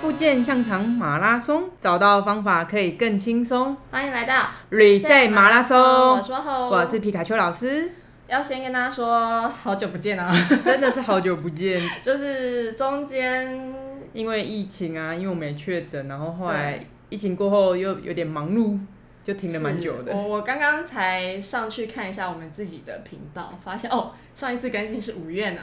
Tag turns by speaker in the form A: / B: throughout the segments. A: 复健香肠马拉松，找到方法可以更轻松。
B: 欢迎来到
A: Reset 马拉松，
B: 我是吼，
A: 我是皮卡丘老师，
B: 要先跟大家说好久不 见啊，
A: 真的是好久不见，
B: 就是中间
A: 因为疫情啊，因为我们也确诊，然后后来
B: 对
A: 疫情过后又有点忙碌，就停了蛮久
B: 是
A: 的。
B: 我我刚刚才上去看一下我们自己的频道，发现哦，上一次更新是五月 呢，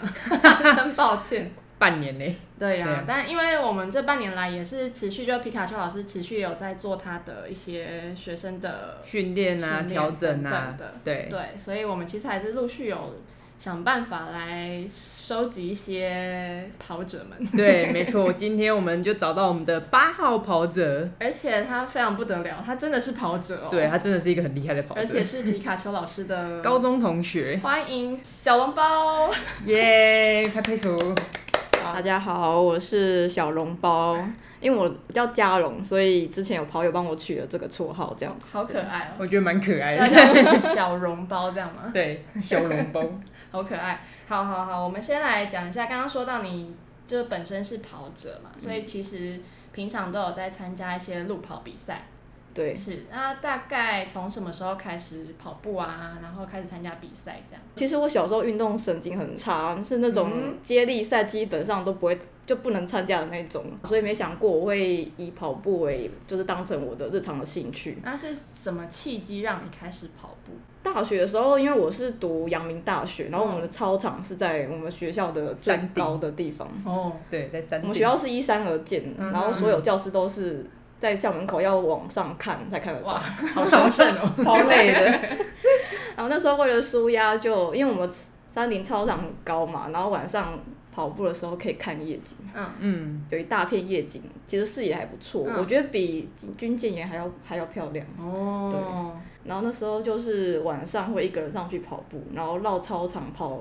B: 真抱歉。
A: 半年嘞，
B: 对呀、
A: 对啊
B: 但因为我们这半年来也是持续，就皮卡丘老师持续有在做他的一些学生的
A: 训练啊，
B: 哦训练
A: 调整啊
B: 等等的，
A: 对，
B: 对，所以我们其实还是陆续有想办法来收集一些跑者们，
A: 对，没错。今天我们就找到我们的八号跑者，
B: 而且他非常不得了，他真的是跑者哦，
A: 对，他真的是一个很厉害的跑
B: 而且
A: 者，
B: 是皮卡丘老师的
A: 高中同学，
B: 欢迎小笼包，
A: 耶，拍拍手。
C: 大家好，我是小笼包，因为我叫嘉龙，所以之前有跑友帮我取了这个绰号，这样子。
B: 好可爱 哦。
A: 我觉得蛮可爱
B: 大
A: 的。
B: 家是小笼包这样吗？
A: 对，小笼包。
B: 好可爱。好好好，我们先来讲一下，刚刚说到你就本身是跑者
A: 嗯
B: 嘛，所以其实平常都有在参加一些路跑比赛。
C: 对，
B: 是，那大概从什么时候开始跑步啊？然后开始参加比赛这样？
C: 其实我小时候运动神经很差，是那种
B: 嗯
C: 接力赛基本上都不会就不能参加的那种，所以没想过我会以跑步为就是当成我的日常的兴趣。
B: 那是什么契机让你开始跑步？
C: 大学的时候，因为我是读阳明大学，然后我们的操场是在我们学校的最
A: 山顶
C: 高的地方，
B: 哦，
A: 对，在山
C: 我
A: 顶
C: 们 学校是依山而建，
B: 嗯哼
C: 然后所有教室都是在校门口要往上看才看得
B: 哇
C: 到，
B: 好神圣哦！
C: 超累的。然后那时候为了舒压，就因为我们山林操场很高嘛，然后晚上跑步的时候可以看夜景，
B: 嗯，
A: 嗯，
C: 有一大片夜景，其实视野还不错，
B: 嗯
C: 我觉得比军舰岩还要还要漂亮。
B: 哦，
C: 然后那时候就是晚上会一个人上去跑步，然后绕操场跑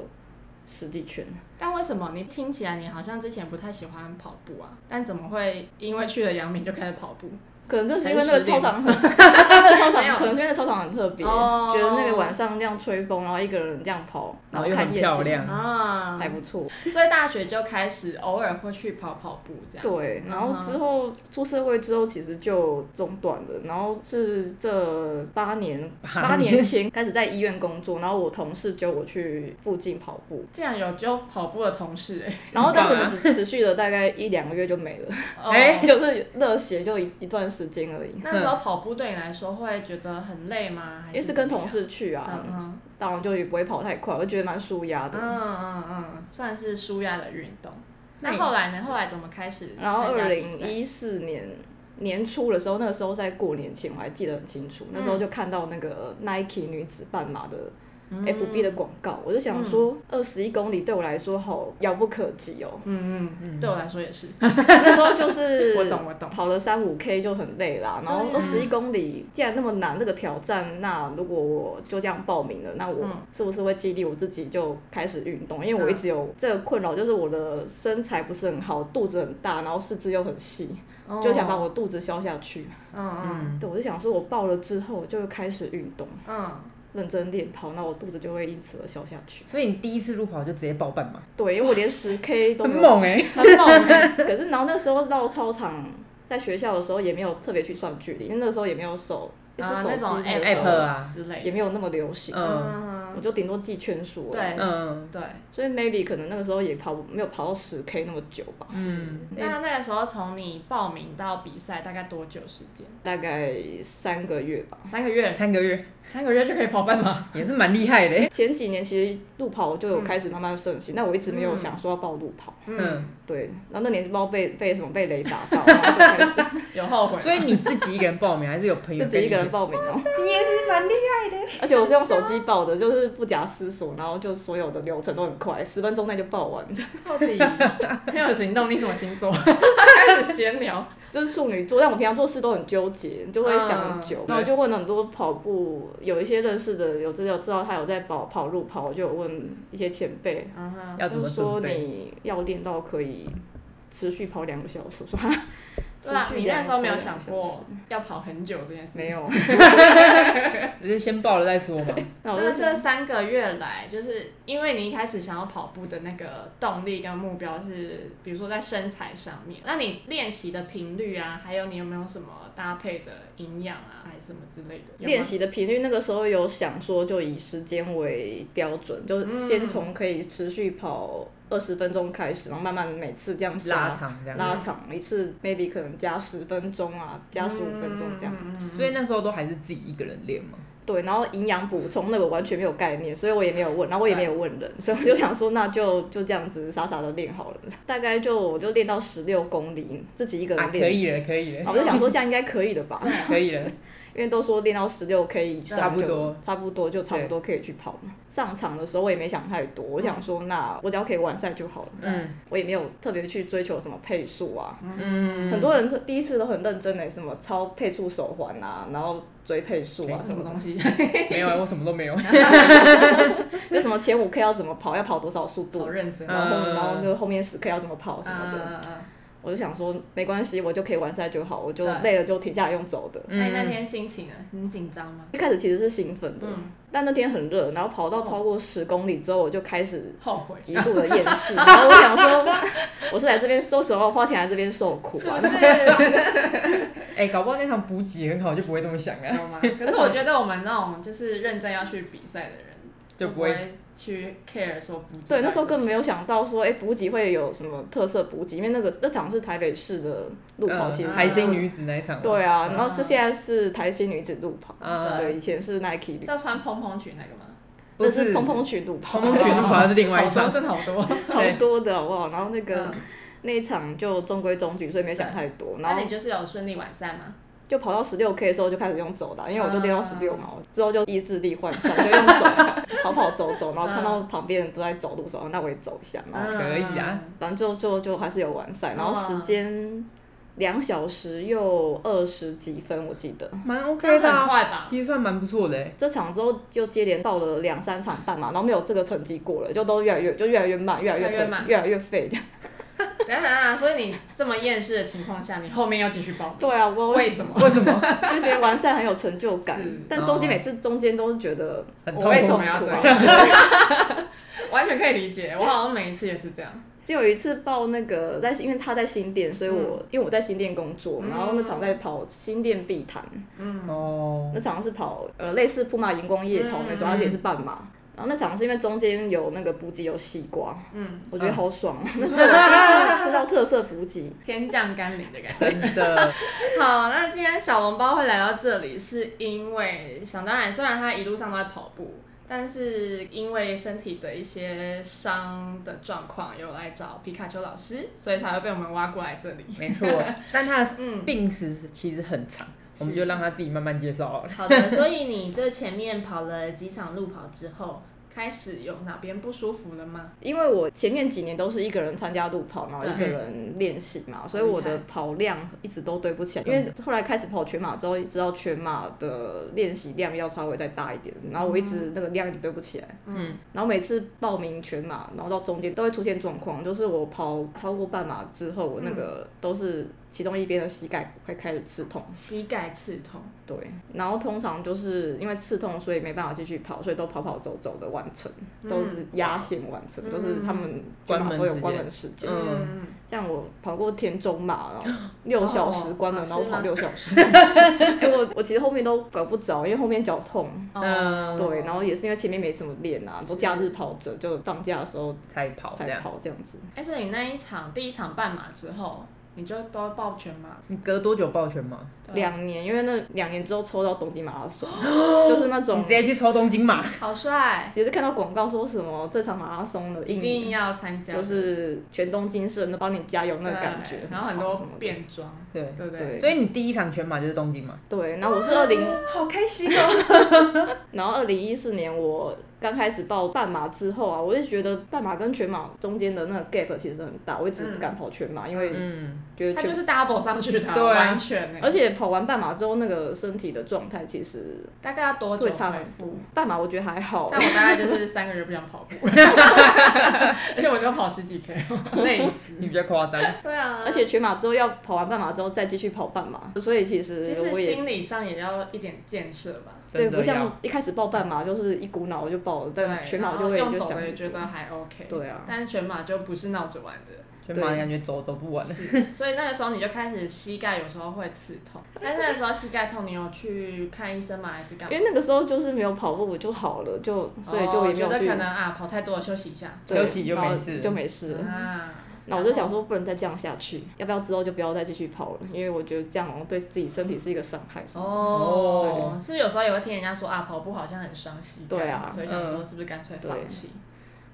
C: 十几圈。
B: 但为什么你听起来你好像之前不太喜欢跑步啊？但怎么会因为去了阳明就开始跑步？
C: 可能就是因为那个操场很， 那个操
B: 没有
C: 场可能是因为那个操场很特别，
B: 哦
C: 觉得那个晚上这样吹风，然后一个人这样跑，
A: 然
C: 然
A: 后
C: 后
A: 哦又很
C: 看夜景，
A: 漂亮
B: 啊
C: 还不错。
B: 所以大学就开始偶尔会去跑跑步这样。，
C: 对，然后
B: 嗯哼
C: 之后出社会之后，其实就中断了。然后是这八年
A: 八
C: 八
A: 年
C: 年前开始在医院工作，然后我同事揪我去附近跑 步，
B: 竟然有就跑步的同事 哎、
C: 然后但
A: 很
C: 可
A: 棒啊
C: 能只持续了大概一两个月就没 了，
B: 哦
A: 哎
C: 就是热血就一一段时间而已。
B: 那时候跑步对你来说会觉得很累吗？还
C: 也
B: 是
C: 是跟
B: 怎么样。
C: 同事去啊，
B: 嗯嗯
C: 当然就也不会跑太快，我就觉得蛮舒压的。
B: 嗯嗯嗯，算是舒压的运动。
A: 那
B: 那
A: 你
B: 后来呢？后来怎么开始
C: 然后
B: 参加
C: 二
B: 比
C: 零
B: 赛？
C: 一四年年初的时候，那个时候在过年前，我还记得很清
B: 嗯
C: 楚。那时候就看到那个 Nike 女子半马的
B: 嗯
C: FB 的广告，我就想说，二十一公里对我来说好遥不可 及哦。
B: 嗯嗯嗯，对我来说也是。
C: 那时候就是
B: 我懂我懂
C: 跑了三五 K 就很累啦，然后
B: 对啊
C: 二十一公里既然那么难这个挑战，那如果我就这样报名了，那我
B: 嗯
C: 是不是会激励我自己就开始运动？因为我一直有这个困扰，就是我的身材不是很好，肚子很大，然后四肢又很细。
B: 哦
C: 就想把我肚子消下去。
B: 嗯
C: 对，我就想说，我报了之后就开始运动，
B: 嗯嗯，
C: 认真练跑，那我肚子就会因此而消下去。
A: 所以你第一次路跑就直接爆半嘛，
C: 对，因为我连十 K 都
A: 很
C: 没有。
A: 猛哎、
B: 很猛 欸
C: 可是，然后那时候到操场，在学校的时候也没有特别去算距离，因为那时候也没有手，也是
B: 啊
C: 手
B: 那种
C: 机那个
A: app
C: 时候
A: 啊
B: 之类
C: 也
B: 的。
C: 没有那么流行，
A: 嗯
B: 嗯，
C: 我就顶多记圈数而
B: 对
C: 已。
A: 嗯，
B: 对。
C: 所以 maybe 可能那个时候也跑没有跑到十 K 那么久吧，
A: 嗯
B: 那那个时候从你报名到比赛大概多久时间？
C: 大概三个月吧。
B: 三个月，
A: 三个月
B: 三个月就可以跑半 马。
A: 也是蛮厉害的、欸。
C: 前几年其实路跑我就
B: 嗯
C: 有开始慢慢盛行，但我一直没有想说要报路跑。
A: 嗯，
C: 对，然后那年不知道被被什么被雷打到，然后就 开始
B: 有后悔吗。
A: 所以你自己一个人报名，还是有朋友
C: 自
A: 跟
C: 己
A: 你
C: 一
A: 一
C: 个
A: 起
C: 人？报名哦，
A: 你也是蛮厉
C: 而且我是用手机报的，就是不假思索，然后就所有的流程都很快，十分钟内就报完，
B: 到底很有行动力，什么星座？开始闲聊。
C: 就是处女座。但我平常做事都很纠结，就会想很久
A: 嗯，
C: 然后我就问了很多跑步，有一些认识的有知道知道他有在跑跑路跑，我就有问一些前辈，
B: 嗯哼，
A: 要
C: 他
A: 怎
C: 就
A: 么
C: 说
A: 准备？
C: 你要练到可以持续跑两个小时，我说哈持
B: 对啊，
C: 续
B: 你那
C: 两
B: 时候没有
C: 两
B: 想
C: 个小时
B: 过要跑很久这件事？
C: 没。有？
A: 只是先报了再说 嘛。
C: 那我
B: 那
C: 就
B: 这
C: 想，
B: 三个月来，就是因为你一开始想要跑步的那个动力跟目标是，比如说在身材上面，那你练习的频率啊，还有你有没有什么搭配的营养啊，还是什么之类的？有吗
C: 练习的频率，那个时候有想说，就以时间为标准，
A: 嗯
C: 就先从可以持续跑二十分钟开始，然后慢慢每次这样
A: 拉
C: 加
A: 长这样。
C: 拉长一次，maybe 可能加十分钟啊，加十五分钟这样。
B: 嗯嗯嗯嗯
A: 所以那时候都还是自己一个人练嘛。
C: 对，然后营养补充那个完全没有概念，所以我也没有问，然后我也没有问人，所以我就想说，那就就这样子傻傻的练好了。大概就我就练到十六公里，自己一个
A: 啊，
C: 人
A: 可
C: 练。嗯
A: 以了，可以
C: 然
A: 了，
C: 后我就想说，这样应该可以的吧？
A: 可以了。
C: 因为都说练到十六 K 以上，
A: 差不多，
C: 差不多就差不多可以去跑嘛。上场的时候我也没想太多，我想说那我只要可以完赛就好了，
A: 嗯
C: 我也没有特别去追求什么配速啊。
A: 嗯，
C: 很多人这第一次都很认真的、什么超配速手环啊，然后追配速啊
B: 哎
C: 什
B: 什么
C: 么的，
B: 东西？
A: 没有啊，我什么都 没有。
C: 就什么前五 K 要怎么跑，要跑 多少速
B: 好
C: 度，
B: 认真。
C: 然后
A: 嗯
C: 然后就后面十 K 要怎么跑什么的。
B: 嗯嗯嗯嗯
C: 我就想说没关系，我就可以完赛就好，我就
B: 对
C: 累了就停下来用走的。
B: 那你那天心情呢？很紧张吗？
C: 一开始其实是兴奋的，
B: 嗯，
C: 但那天很热，然后跑到超过十公里之后，我就开始
B: 后悔。
C: 极度的厌世，然后我想说，我是来这边收什么花钱来这边受苦
B: 是
C: 啊
B: 不？是？
A: 哎、搞不好那场补给很好，就不会这么想 啊，
B: 有吗？ 可是我觉得我们那种就是认真要去比赛的人，
A: 就
B: 不
A: 不会。嗯
B: 会去 care 说补给。
C: 对，那时候根本没有想到说，哎、补给会有什么特色补给，因为那个那场是台北市的路跑协
A: 嗯
C: 会，
A: 海星女子那一场。
C: 对啊，
B: 嗯
C: 然后是现在是台新女子路跑，
A: 嗯
C: 对，以前是 Nike
B: 是
C: 旅，
B: 要穿蓬蓬裙那个吗？
A: 不
C: 那
A: 是
C: 是蓬蓬裙路跑，
A: 蓬蓬裙路跑是另外一
B: 好多，
A: 场。
B: 真的好多。
C: 超多的好不好？然后那个、
B: 嗯
C: 那一场就中规中矩，所以没想太多，然
B: 那
C: 后
B: 你就是有顺利完赛吗？
C: 就跑到十六 K 的时候就开始用走的，因为我就练到十六
B: 嗯
C: 嘛，我之后就意志力涣散，就用走啊 跑跑走走，然后看到旁边人都在走路的时候，那我也走一下，然后
A: 可以啊
B: 嗯。
C: 反正就就就还是有完赛，然后时间两小时又二十几分，我记得。
A: 蛮 OK
B: 这
A: 的、
B: 样很
A: 啊，
B: 快嗯吧？
A: 其实算蛮不错的、欸。
C: 这场之后就接连到了两三场半嘛，然后没有这个成绩过了，就都越来越就越来越慢，越来越
B: 越来越慢
C: 颓，越来越废这样。
B: 等一下等一下，所以你这么厌世的情况下，你后面要继续报名，
C: 对啊，我
B: 为什么？
A: 为什么？
C: 就觉得完赛很有成就感
B: 是，
C: 但中间
A: 哦
C: 每次中间都是觉得
A: 很
B: 我
A: 痛
B: 为什
A: 苦
B: 么。要这
C: 痛苦
B: 样？ 完全可以理解，我好像每一次也是这样。
C: 就有一次报那个在，因为他在新店，所以我、因为我在新店工作，
B: 嗯
C: 然后那场在跑新店碧潭，
A: 哦，
C: 那场是跑呃类似铺马荧光夜跑那种，
A: 嗯
C: 而且也是半马。然后那场是因为中间有那个补给有西瓜，
B: 嗯，
C: 我觉得好爽，那是我第一次吃到特色补给。
B: 天降甘霖的感觉。
A: 真 的，
B: 好，那今天小笼包会来到这里，是因为想当然，虽然他一路上都在跑步，但是因为身体的一些伤的状况，有来找皮卡丘老师，所以才会被我们挖过来这 里。
A: 没错。但他的
B: 嗯，
A: 病史其实很长，我们
B: 是
A: 就让他自己慢慢介绍好了。
B: 好的。所以你这前面跑了几场路跑之后，开始有哪边不舒服了吗？
C: 因为我前面几年都是一个人参加路跑，然后
B: 对
C: 一个人练习嘛，所以我的跑量一直都堆不起来。因为后来开始跑全马之后，知道全马的练习量要稍微再大一点，然后我一直那个量一直堆不起来。
A: 嗯，
C: 然后每次报名全马，然后到中间都会出现状况，就是我跑超过半马之后，我那个都是其中一边的膝盖会开始刺痛。
B: 膝盖刺痛，
C: 对，然后通常就是因为刺痛，所以没办法继续跑，所以都跑跑走走的完成，都是压线完成，
B: 嗯
C: 都是他们
A: 关
C: 全马
A: 门
C: 都有
A: 时
C: 关
A: 间
C: 门时间。
A: 嗯，
C: 像我跑过田中马，然 后六小时关门，
B: 哦
C: 然后
B: 好
C: 跑
B: 吃
C: 六小 时。哎我我其实后面都搞不着，因为后面脚痛。
B: 哦
A: 嗯
C: 对，然后也是因为前面没什么练啊，都
B: 是
C: 假日跑者，就放假的时候
A: 才跑这
C: 才
A: 样。
C: 跑这样子。
B: 哎、所以你那一场第一场半马之后，你就都报全马，
A: 你隔多久报全马？
B: 对吧
C: 两年，因为那两年之后抽到东京马拉 松，就是那
A: 你
C: 种
A: 直接去抽东京马。
B: 好帅，
C: 也是看到广告说什么这场马拉松的
B: 一
C: 应
B: 定要参加，
C: 就是全东京市人都帮你加油那个感觉
B: 对，然后很多
C: 什么的
B: 变装，
A: 对
B: 对不对？
C: 对
A: 所以你第一场全马就是东京马。
C: 对，然后我是二零，
B: 啊
A: 好开心哦！
C: 然后二零一四年我刚开始报半马之后啊，我就觉得半马跟全马中间的那个 gap 其实很大，我一直不敢跑全马，因为
A: 嗯，
C: 觉得
B: 他
C: 全
B: 嗯就，是 double 上去的啊，
A: 对啊
B: 完全欸
C: 而且跑完半马之后，那个身体的状态其实
B: 大概要多久
C: 会差很
B: 恢
C: 多
B: 复？。
C: 半马我觉得还好，
B: 像我大 概就是三个月不想跑步，而且我就跑十几 K，累
A: 嗯
B: 死。
A: 你比较夸张，
B: 对啊，
C: 而且全马之后要跑完半马之后再继续跑半马，所以其实
B: 其实
C: 我也
B: 心理上也要一点建设吧。
C: 对
A: 真
C: 不
A: 的要
C: 像一开始报半马就是一股脑就报了，但
B: 对，
C: 全
B: 然
C: 马
B: 后
C: 就会
B: 用
C: 就
B: 走
C: 想
B: 的也
C: 很
B: 觉
C: 多
B: 得还 OK，
C: 对啊，
B: 但是全马就不是闹着玩的，
A: 全马感觉走走不完。
B: 是，所以那个时候你就开始膝盖有时候会刺痛，但是那个时候膝盖痛，你有去看医生吗？还是干
C: 因
B: 嘛
C: 为？那个时候就是没有跑步就好了，就所以就
B: 哦
C: 也没
B: 觉
C: 有
B: 得
C: 去
B: 可能啊，跑太多了，休息一下。
C: 对
A: 休息就没事
C: 然后就没事了。
B: 啊，
C: 那我就想
B: 说，
C: 说，不能再这样下去，要不要之后就不要再继续跑了？因为我觉得这样好像对自己身体是一个伤害。
B: 哦，是有时候也会听人家说啊，跑步好像很伤膝盖，
C: 对啊
B: 所以想说
A: 嗯
B: 是不是干脆
C: 对
B: 放弃？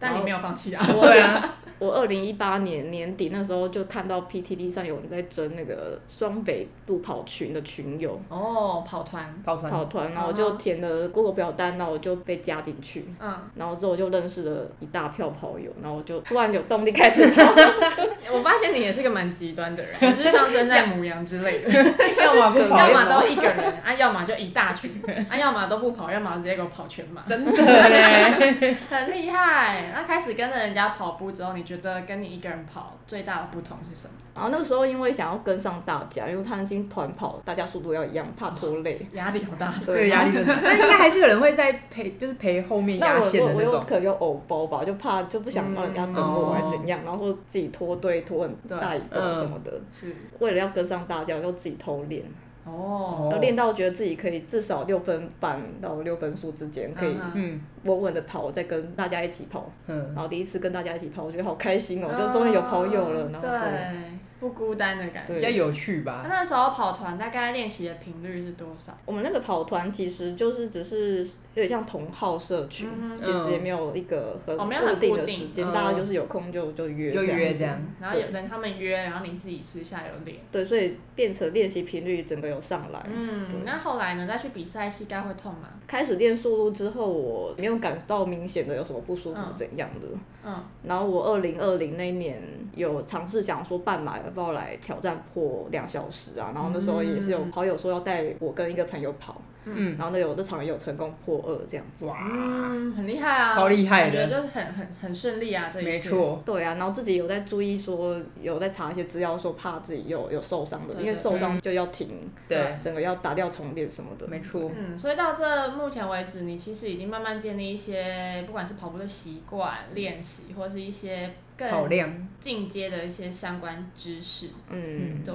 B: 但你没有放弃啊，
C: 我
A: 对啊，
C: 我二零一八年年底那时候就看到 PTT 上有人在争那个双北路跑群的群友
B: 哦，跑团，
A: 跑团
C: 跑团，然后我就填了 Google 表单，然后我就被加进去。
B: 嗯，
C: 然后之后就认识了一大票跑友，然后我就突然有动力开始跑，
B: 我发现你也是个蛮极端的人，你是上升在母羊之类的，
A: 要么不
C: 可能
A: 跑
B: 要
C: 要
B: 么
C: 么
B: 都一个人，啊，要么就一大群， 啊，要么都不跑，要么直接给我跑全马，
A: 真的嘞，
B: 很厉害。那开始跟着人家跑步之后，你觉得跟你一个人跑最大的不同是什么？
C: 然后那个时候因为想要跟上大家，因为他已经团跑，大家速度要一样，怕拖累。
B: 压力好大，
A: 这个压力真的。但应该还是有人会在陪，就是陪后面
C: 那
A: 压
C: 我
A: 线
C: 我
A: 的
C: 我
A: 那
C: 有
A: 种。
C: 可能有偶包吧，就怕就不想让人家等我，
A: 嗯
C: 还怎样，然后自己拖队拖很大一段什么的。
B: 是
C: 为了要跟上大家，我就自己偷练，
B: 哦，
C: 然后
A: 哦
C: 练到觉得自己可以至少六分半到六分数之间可以
B: 嗯哼
A: 嗯
C: 稳稳的跑，再跟大家一起跑。然
A: 嗯，
C: 后第一次跟大家一起跑，我觉得好开心哦，就终于
A: 啊
C: 有跑友了。然后对，
B: 嗯对，不孤单的感觉。
A: 比
C: 对
A: 较有趣
B: 那
A: 吧。
B: 那时候跑团大概练习的频率是多少？
C: 我们那个跑团其实就是只是有点像同号社群，
B: 嗯哼
C: 其实也没有一个很
B: 哦没有很
C: 固定
B: 固
C: 的
B: 定
C: 时间，
A: 嗯
C: 大家就是有空就就约
A: 就
C: 这
A: 约
C: 样子
A: 这。样，
B: 然后有跟他们约，然后你自己私下有练。
C: 对，所以变成练习频率整个有上来。
B: 嗯，那后来呢？再去比赛，膝盖会痛吗？
C: 开始练速度之后，我没有感到明显的有什么不舒服
B: 嗯
C: 怎样的。
B: 嗯，
C: 然后我二零二零那一年有尝试想说半马要不要来挑战破两小时啊，然后那时候也是有好友说要带我跟一个朋友跑，
A: 嗯，
C: 然后那有那场也有成功破二这样子。
A: 哇，
B: 嗯，很厉害啊，
A: 超厉害的
B: 感觉就是很很很顺利啊，这一次。
A: 没，错，
C: 对啊，然后自己有在注意说，有在查一些资料说怕自己有有受伤的，
B: 对
C: 因为
B: 对
C: 受伤就要停，
A: 对，啊
C: 整个要打掉重练什么的。
A: 没错，
B: 嗯，所以到这目前为止，你其实已经慢慢建立一些，不管是跑步的习惯、练习，或是一些
A: 跑
B: 更
A: 量。
B: 进阶的一些相关知识，
C: 嗯，
B: 对。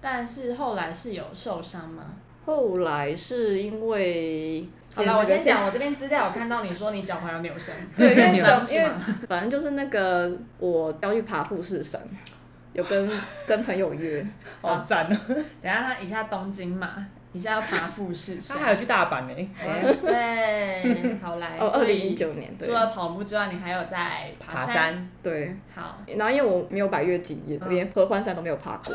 B: 但是后来是有受伤吗？
C: 后来是因为
B: 好了，我先讲，我这边资料有看到你说你脚踝有扭伤，
C: 对，因为
B: 扭伤
C: 小
B: 是
C: 因为
B: 吗？
C: 反正就是那个我要去爬富士山，有跟 跟朋友约，
A: 好赞哦！
B: 等一下他一下东京嘛，一下要爬富士
A: 他
B: 山，
A: 还有去大阪呢，哎
B: 哇塞， 好来，
C: 哦，二
B: 哎所
C: 零一
B: 以
C: 九年对
B: 除了跑步之外，你还有在爬
A: 爬山，
C: 对。
B: 好，
C: 然后因为我没有百越经验，
B: 嗯
C: 连合欢山都没有爬过，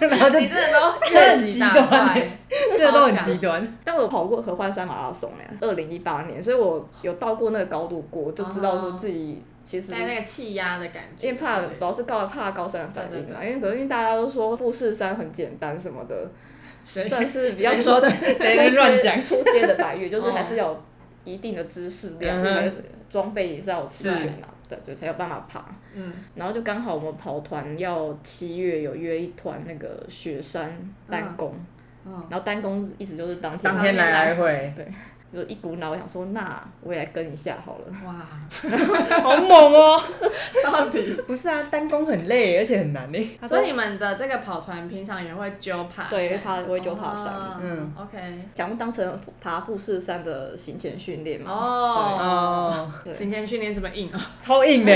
A: 然后就
B: 你真的都越级打怪，
C: 欸
A: 这个都很极端，
C: 但我有跑过合欢山马拉松哎，二零一八年，所以我有到过那个高度过，就知道
B: 哦
C: 说自己其实
B: 在那个气压的感觉，
C: 因为怕
B: 对
C: 主要是高怕高山的反应
B: 对对
C: 嘛，因为可能因为大家都说富士山很简单什么的，
B: 谁
C: 算是比较
B: 谁说 的？
A: 在那边乱讲
C: 初阶的白玉，就是
B: 哦
C: 还是要有一定的知识，
A: 嗯
C: 练
A: 哼
C: 习还是装备也是要齐全啊，对，就才有办法爬。
B: 嗯
C: 然后就刚好我们跑团要七月有约一团那个雪山单攻，
B: 嗯，
C: 然后单攻意思就是当天
A: 当天来来回，
C: 就一股脑我想说，那我也来跟一下好了。
B: 哇，
A: 好猛哦！
B: 到底。
A: 不是啊，单工很累，而且很难欸呢。他
B: 所
A: 说
B: 以你们的这个跑团平常也会揪爬山，
C: 对爬我会揪爬山
B: 哦
A: 嗯
B: ，OK，
C: 假如当成爬富士山的行前训练嘛，
B: 哦，
A: 哦，
C: 对
B: 今天训练这么硬啊，
A: 超硬的，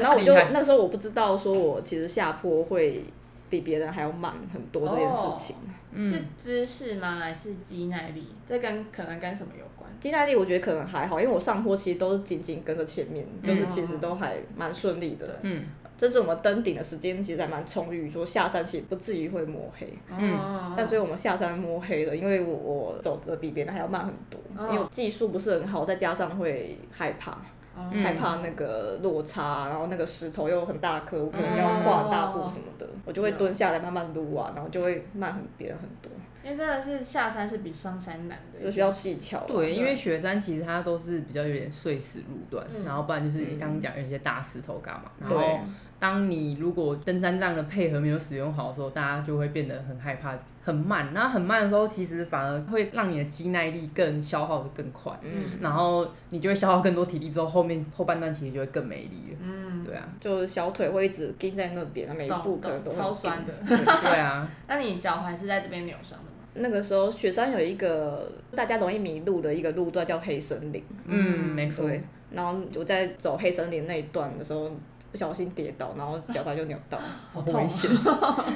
C: 然后我就
A: 厉害
C: 那时候我不知道说我其实下坡会比别人还要慢很多这件事情。
B: 是
A: 嗯，
B: 姿势吗？还是肌耐力？这跟可能跟什么有关？
C: 肌耐力我觉得可能还好，因为我上坡其实都是紧紧跟着前面，就是其实都还蛮顺利的。
A: 嗯，
C: 这次我们登顶的时间其实还蛮充裕，说下山其实不至于会摸黑。
A: 嗯
B: 哦
C: 但最后我们下山摸黑了，因为我我走的比别人还要慢很多，
B: 哦
C: 因为我技术不是很好，再加上会害怕，
B: 嗯
C: 害怕那个落差，然后那个石头又很大颗，我可能要跨大步什么的，我就会蹲下来慢慢撸啊，然后就会慢很别人很多，
B: 因为真的是下山是比上山难的，
C: 就需要技巧啊。
A: 对，因为雪山其实它都是比较有点碎石路段，
B: 嗯
A: 然后不然就是你刚刚讲有一些大石头干嘛，然
C: 对
A: 后当你如果登山杖的配合没有使用好的时候，大家就会变得很害怕、很慢。那很慢的时候，其实反而会让你的肌耐力更消耗的更快，
C: 嗯，
A: 然后你就会消耗更多体力，之后后面后半段其实就会更没力了。
B: 嗯，
A: 对啊，
C: 就是小腿会一直钉在那边，每一
B: 懂
C: 步
B: 懂
C: 可能都很
B: 超
C: 紧
B: 酸的。
A: 对啊，
B: 那你脚踝是在这边扭伤的吗？
C: 那个时候雪山有一个大家容易迷路的一个路段叫黑森林，
A: 嗯，没错，
C: 对，然后我在走黑森林那一段的时候不小心跌倒，然后脚踝就扭到，
A: 好
B: 痛
A: 危险，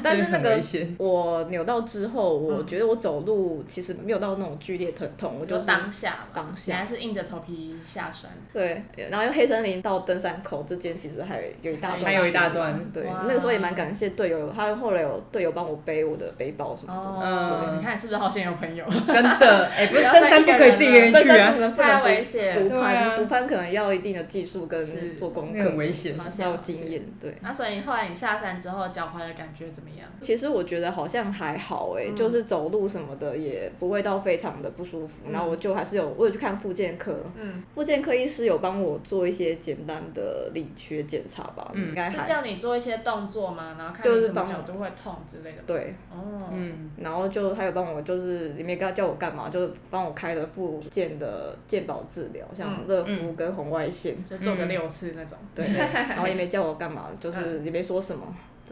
C: 但是
A: 真
C: 那
A: 的很
C: 个
A: 危险
C: 我扭到之后，我觉得我走路其实没有到那种剧烈疼痛，我
B: 我
C: 就是
B: 当下嘛，
C: 当
B: 你
C: 下
B: 还是硬着头皮下山。
C: 对，然后因为黑森林到登山口之间其实还有一大段，
A: 还有一大。段，
C: 对
B: 哇，
C: 那个时候也蛮感谢队友，他后来有队友帮我背我的背包什么的。
B: 哦，
A: 嗯
B: 你看是不是好险有朋 友？
A: 真的，哎，不是
B: 不要
A: 登山
B: 再一
A: 不
B: 个
A: 可以
B: 人
A: 自己一
B: 了
A: 个人
C: 登
A: 去啊，
C: 山可能不
B: 太
C: 能
B: 危
C: 独
B: 险。
C: 独
A: 对
C: 攀，
A: 啊
C: 独攀可能要一定的技术
B: 是
C: 跟做功
A: 那
C: 课，
A: 很危险。
B: 好
C: 要
B: 险
C: 有经。验。对，
B: 那所以后来你下山之后，脚踝的感觉怎么样？
C: 其实我觉得好像还好哎、
B: 嗯
C: 就是走路什么的也不会到非常的不舒服。
B: 嗯
C: 然后我就还是有，我有去看复健科，
B: 嗯，
C: 复健科医师有帮我做一些简单的理学检查吧，
A: 嗯
C: 应该
B: 是
C: 还
B: 叫你做一些动作吗？然后看
C: 就
B: 你
C: 是
B: 什么
C: 帮
B: 角度会痛之类的吗。
C: 对。
B: 哦，
A: 嗯，
C: 然后就还有帮我，就是里面跟他叫我干嘛，就是帮我开了复健的健保治疗，像
B: 嗯
C: 热敷跟红外 线，
B: 就做个六次那种，
C: 对。然后也没叫我干嘛，
B: 嗯
C: 就是也没说什么。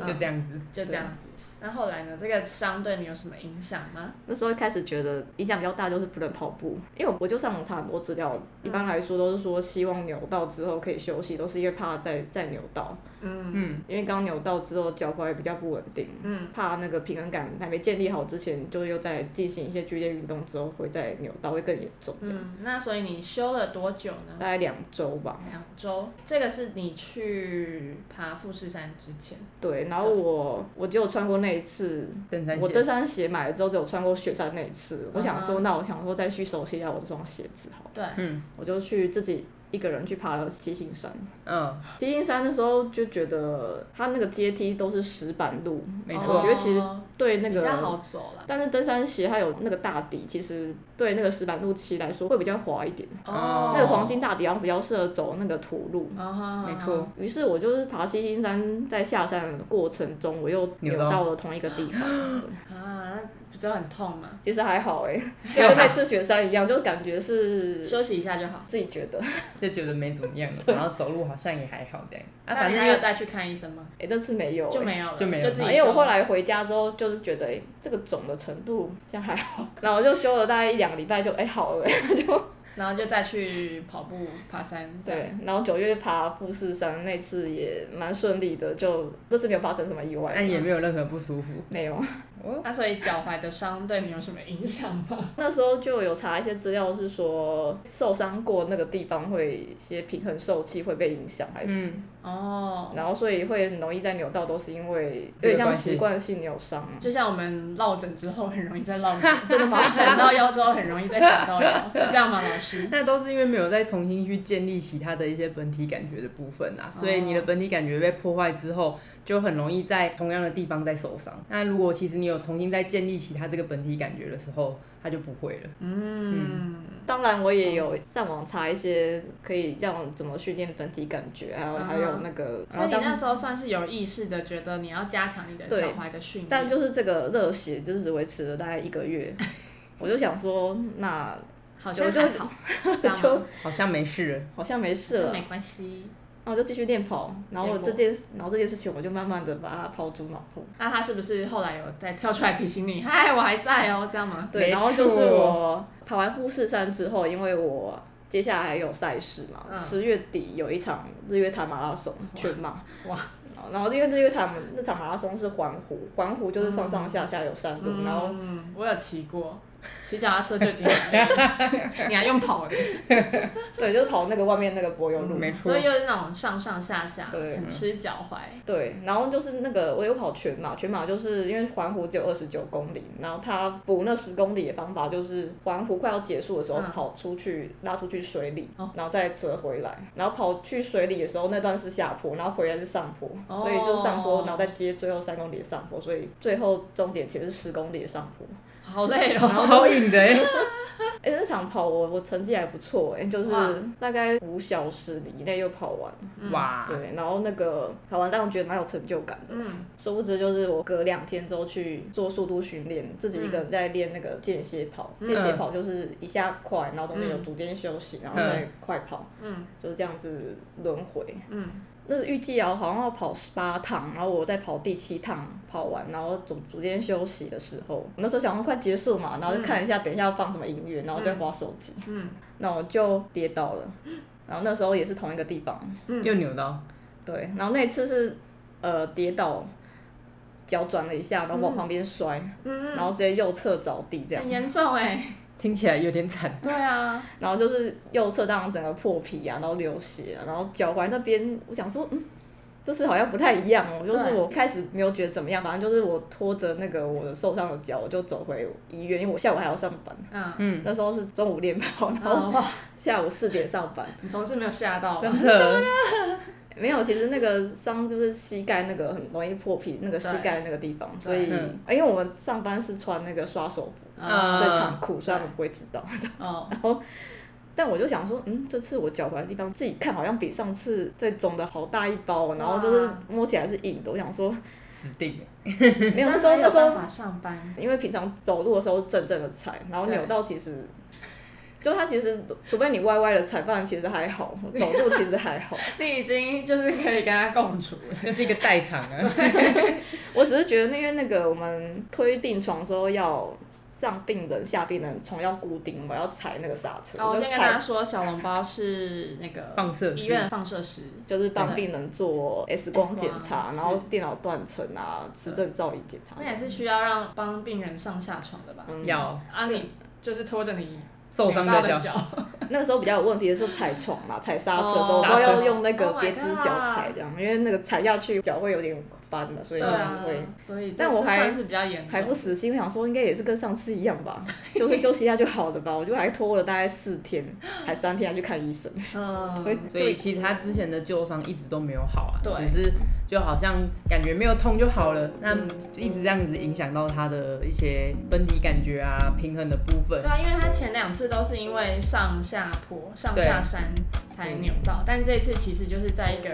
A: 就这样
C: 嗯
A: 子，
B: 就这样子。那后来呢？这个伤对你有什么影响吗？
C: 那时候一开始觉得影响比较大就是不能跑步，因为我就上网查很多资料，一般来说都是说希望扭到之后可以休息，都是因为怕再再扭到，
B: 嗯
A: 嗯，
C: 因为刚扭到之后脚踝比较不稳定，
B: 嗯，
C: 怕那个平衡感还没建立好之前，就是又在进行一些剧烈运动之后会再扭到，会更严重这样，
B: 嗯，那所以你休了多久呢？
C: 大概两周吧。
B: 两周，这个是你去爬富士山之前，
C: 对，然后我我只有穿过那一次。
A: 登山
C: 我
A: 鞋
C: 登山鞋买了之后，只有穿过雪山那一次。我想
B: 啊
C: 说，那我想说再去熟悉一下我这双鞋子好了，
B: 对，
C: 我就去自己一个人去爬了七星山。
A: 嗯，
C: 接近山的时候就觉得它那个阶梯都是石板路，
A: 没
B: 哦
A: 错
C: 我觉得其实对那
B: 比较好
C: 个，
B: 走了。
C: 但是登山鞋它有那个大底，其实对那个石板路骑来说会比较滑一点。
A: 哦
C: 那个黄金大底好像比较适合走那个土路。
B: 哦，
A: 没错，
C: 于是我就是爬七星山，在下山的过程中，我又扭
A: 扭到
C: 到了同一个地方。对
B: 啊，那不就很痛吗？
C: 其实还好哎、
A: 还有
C: 跟那次雪山一样，就感觉是
B: 休息一下就好。
C: 自己觉得。
A: 就觉得没怎么样了，然后走路好像也还好这样，啊，
B: 那
A: 反
B: 你
A: 正
B: 还
A: 又
B: 有再去看医生吗？
C: 哎、这次没有、
B: 就
C: 欸。
B: 没有了，
A: 就没有
B: 自
C: 因
B: 己。
C: 为我后，来回家之后，就是觉得、欸、这个肿的程度好像还好，然后我就休了大概一两个礼拜就，哎好了、欸就
B: 然后就再去跑步、爬山。这样，
C: 对。然后九月爬富士山那次也蛮顺利的，就这次没有发生什么意外。
A: 但也没有任何不舒服，
C: 没有， 哦
B: 那所以脚踝的伤对你有什么影响吗？
C: 那时候就有查一些资料，是说受伤过那个地方会一些平衡受气会被影响，还是、
A: 嗯，
B: 哦，
C: 然后所以会很容易再扭到，都是因为
A: 这
C: 有
A: 个
C: 点像
A: 关系
C: 习惯性扭伤啊。
B: 就像我们落枕之后很容易再落 枕，
C: 真的吗？
B: 闪到腰之后很容易再闪到腰，是这样吗，老 师？
A: 那都是因为没有再重新去建立其他的一些本体感觉的部分啦，
B: 哦
A: 所以你的本体感觉被破坏之后，就很容易在同样的地方再受伤。那如果其实你有重新再建立起它这个本体感觉的时候，它就不会了。
B: 嗯，
C: 当然，我也有上网查一些可以让怎么训练本体感觉，还有、
B: 嗯哼
C: 还有那个，
B: 所以
C: 然后
B: 你那
C: 当
B: 时候算是有意识的，觉得你要加强你的
C: 对
B: 脚踝的训练。
C: 但就是这个热血就是只维持了大概一 个月，我就想说，那
B: 好像
C: 我就
B: 还好，这样
C: 就
B: 吗？
A: 好像没事了，
C: 好像没事
B: 这
C: 了，
B: 没关系。
C: 然后我就继续练跑，然后
B: 结
C: 我
B: 果
C: 这件然后这件事情我就慢慢的把它抛诸脑后。
B: 那他是不是后来有再跳出来提醒你？嗨，我还在哦，这样吗？
C: 对，
A: 没
C: 然后就是
A: 错
C: 我跑完富士山之后，因为我接下来还有赛事嘛，
B: 嗯
C: 十、月底有一场日月潭马拉松全马。
B: 哇！
C: 然后因为日月潭
B: 嗯
C: 那场马拉松是环湖，环湖就是上上下下有山路，然后
B: 嗯，我有骑过，骑脚踏车就已经很累 了，你还用跑的，
C: 对，就是跑那个外面那个柏油路。
A: 没错
B: 嗯所以，又是那种上上下下，
C: 对
B: 很吃脚踝。
C: 对，然后就是那个我有跑全马，全马就是因为环湖只有二十九公里，然后他补那十公里的方法就是环湖快要结束的时候
B: 嗯
C: 跑出去、拉出去水里
B: 哦，
C: 然后再折回来，然后跑去水里的时候那段是下坡，然后回来是上坡，
B: 哦
C: 所以就上坡，然后再接最后三公里的上坡，所以最后终点其实是十公里的上坡。
B: 好累 哦，
A: 超硬的、欸，
C: 哎、那场跑我我成绩还不错哎、就是
B: 哇
C: 大概五小时以内就跑完，
B: 嗯
A: 哇，
C: 对，然后那个跑完，但我觉得蛮有成就感的。
B: 啊嗯，
C: 殊不知，就是我隔两天之后去做速度训练，自己一个人在练那个间歇跑。
B: 嗯
C: 间歇跑就是一下快，然后中间有逐渐休息，然后再快跑，
B: 嗯
C: 就是这样子轮回。
B: 嗯，
C: 那预计啊，好像要跑十八趟，然后我在跑第七趟跑完，然后逐逐渐休息的时候，我那时候想说快结束嘛，然后就看一下等一下要放什么音乐，然后再划手机，
B: 嗯
C: 那我就跌倒了。然后那时候也是同一个地方，
B: 嗯
A: 又扭到，
C: 对，然后那一次是呃跌倒，脚转了一下，然后往旁边摔，
B: 嗯
C: 然后直接右侧着地这样
B: 很，严重哎、
A: 听起来有点 惨，
B: 对啊，
C: 然后就是右侧当然整个破皮啊，然后流血、啊，然后脚踝那边我想说嗯。就是好像不太一样哦，就是
B: 对
C: 我开始没有觉得怎么样，反正就是我拖着那个我的受伤的脚，我就走回医院，因为我下午还要上班。
B: 嗯，
A: 嗯，
C: 那时候是中午练跑，然后
B: 嗯哇，
C: 下午四点上班。
B: 你同事没有吓到吧？
A: 真的，
C: 没有，其实那个伤就是膝盖那个很容易破皮，那个膝盖那个地方，所以、
A: 嗯
C: 因为我们上班是穿那个刷手服，
B: 嗯
A: 啊
C: 在长裤，虽然我不会知道，
B: 哦，
C: 但我就想说，嗯，这次我脚踝的地方自己看好像比上次最肿的好大一包哦，然后就是摸起来是硬的，我 想说，
A: 死定了，
C: 没有那时
B: 真的
C: 候那
B: 有
C: 时候
B: 办法上班，
C: 因为平常走路的时候是正正的踩，然后扭到其实，就它其实除非你歪歪的踩，不然其实还好，走路其实还好。
B: 你已经就是可以跟他共处了。
A: 就是一个代偿啊，
C: 我只是觉得，因为那个我们推病床的时候要上病人、下病人，床要固定，我要踩那个刹车，
B: 哦，我
C: 就
B: 先跟大家
C: 踩
B: 说，小笼包是那个
A: 放射
B: 医
A: 师
B: 院放射师，
C: 就是
B: 对
C: 帮病人做 X 光检查，
B: 是
C: 然后电脑断层啊、磁振造影检查
B: 那。也是需要让帮病人上下床的吧？
C: 嗯，
A: 要
B: 啊，你就是拖着你
A: 受伤
B: 扭到
A: 的
B: 的
A: 脚，
B: 脚，
C: 那个时候比较有问题的是踩床嘛，踩刹车的时候
B: 哦
C: 都要用那个
B: Oh my
C: 别只脚踩，这样，因为那个踩下去脚会有点翻的，所以
B: 对
C: 就
B: 啊
C: 是会。，
B: 所以这
C: 但我
B: 这
C: 还
B: 算是比较严重，
C: 还不死心，我想说应该也是跟上次一样 吧，就是休息一下就好了吧。我就还拖了大概四天，还三天还去看医生。
B: 嗯，
A: 所以其实他之前的旧伤一直都没有好啊，
B: 对
A: 只是就好像感觉没有痛就好了，那
B: 嗯
A: 一直这样子影响到他的一些分离感觉啊、平衡的部分
B: 对，啊，因为他前两次都是因为上下坡、上下山才扭到，但这次其实就是在一个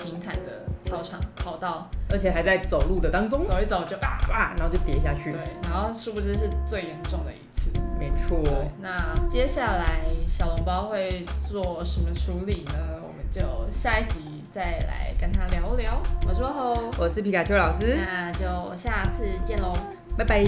B: 平坦的操场跑道
A: 而且还在走路的当中，
B: 走一走就啊，
A: 哇，然后就跌下去
B: 对，，然后殊不知是最严重的一次。
A: 没错，
B: 对，那接下来小笼包会做什么处理呢？我们就下一集再来跟他聊聊。我是 h 吼，嗯
A: 我是皮卡丘老师，
B: 那就下次见喽。
A: 拜拜。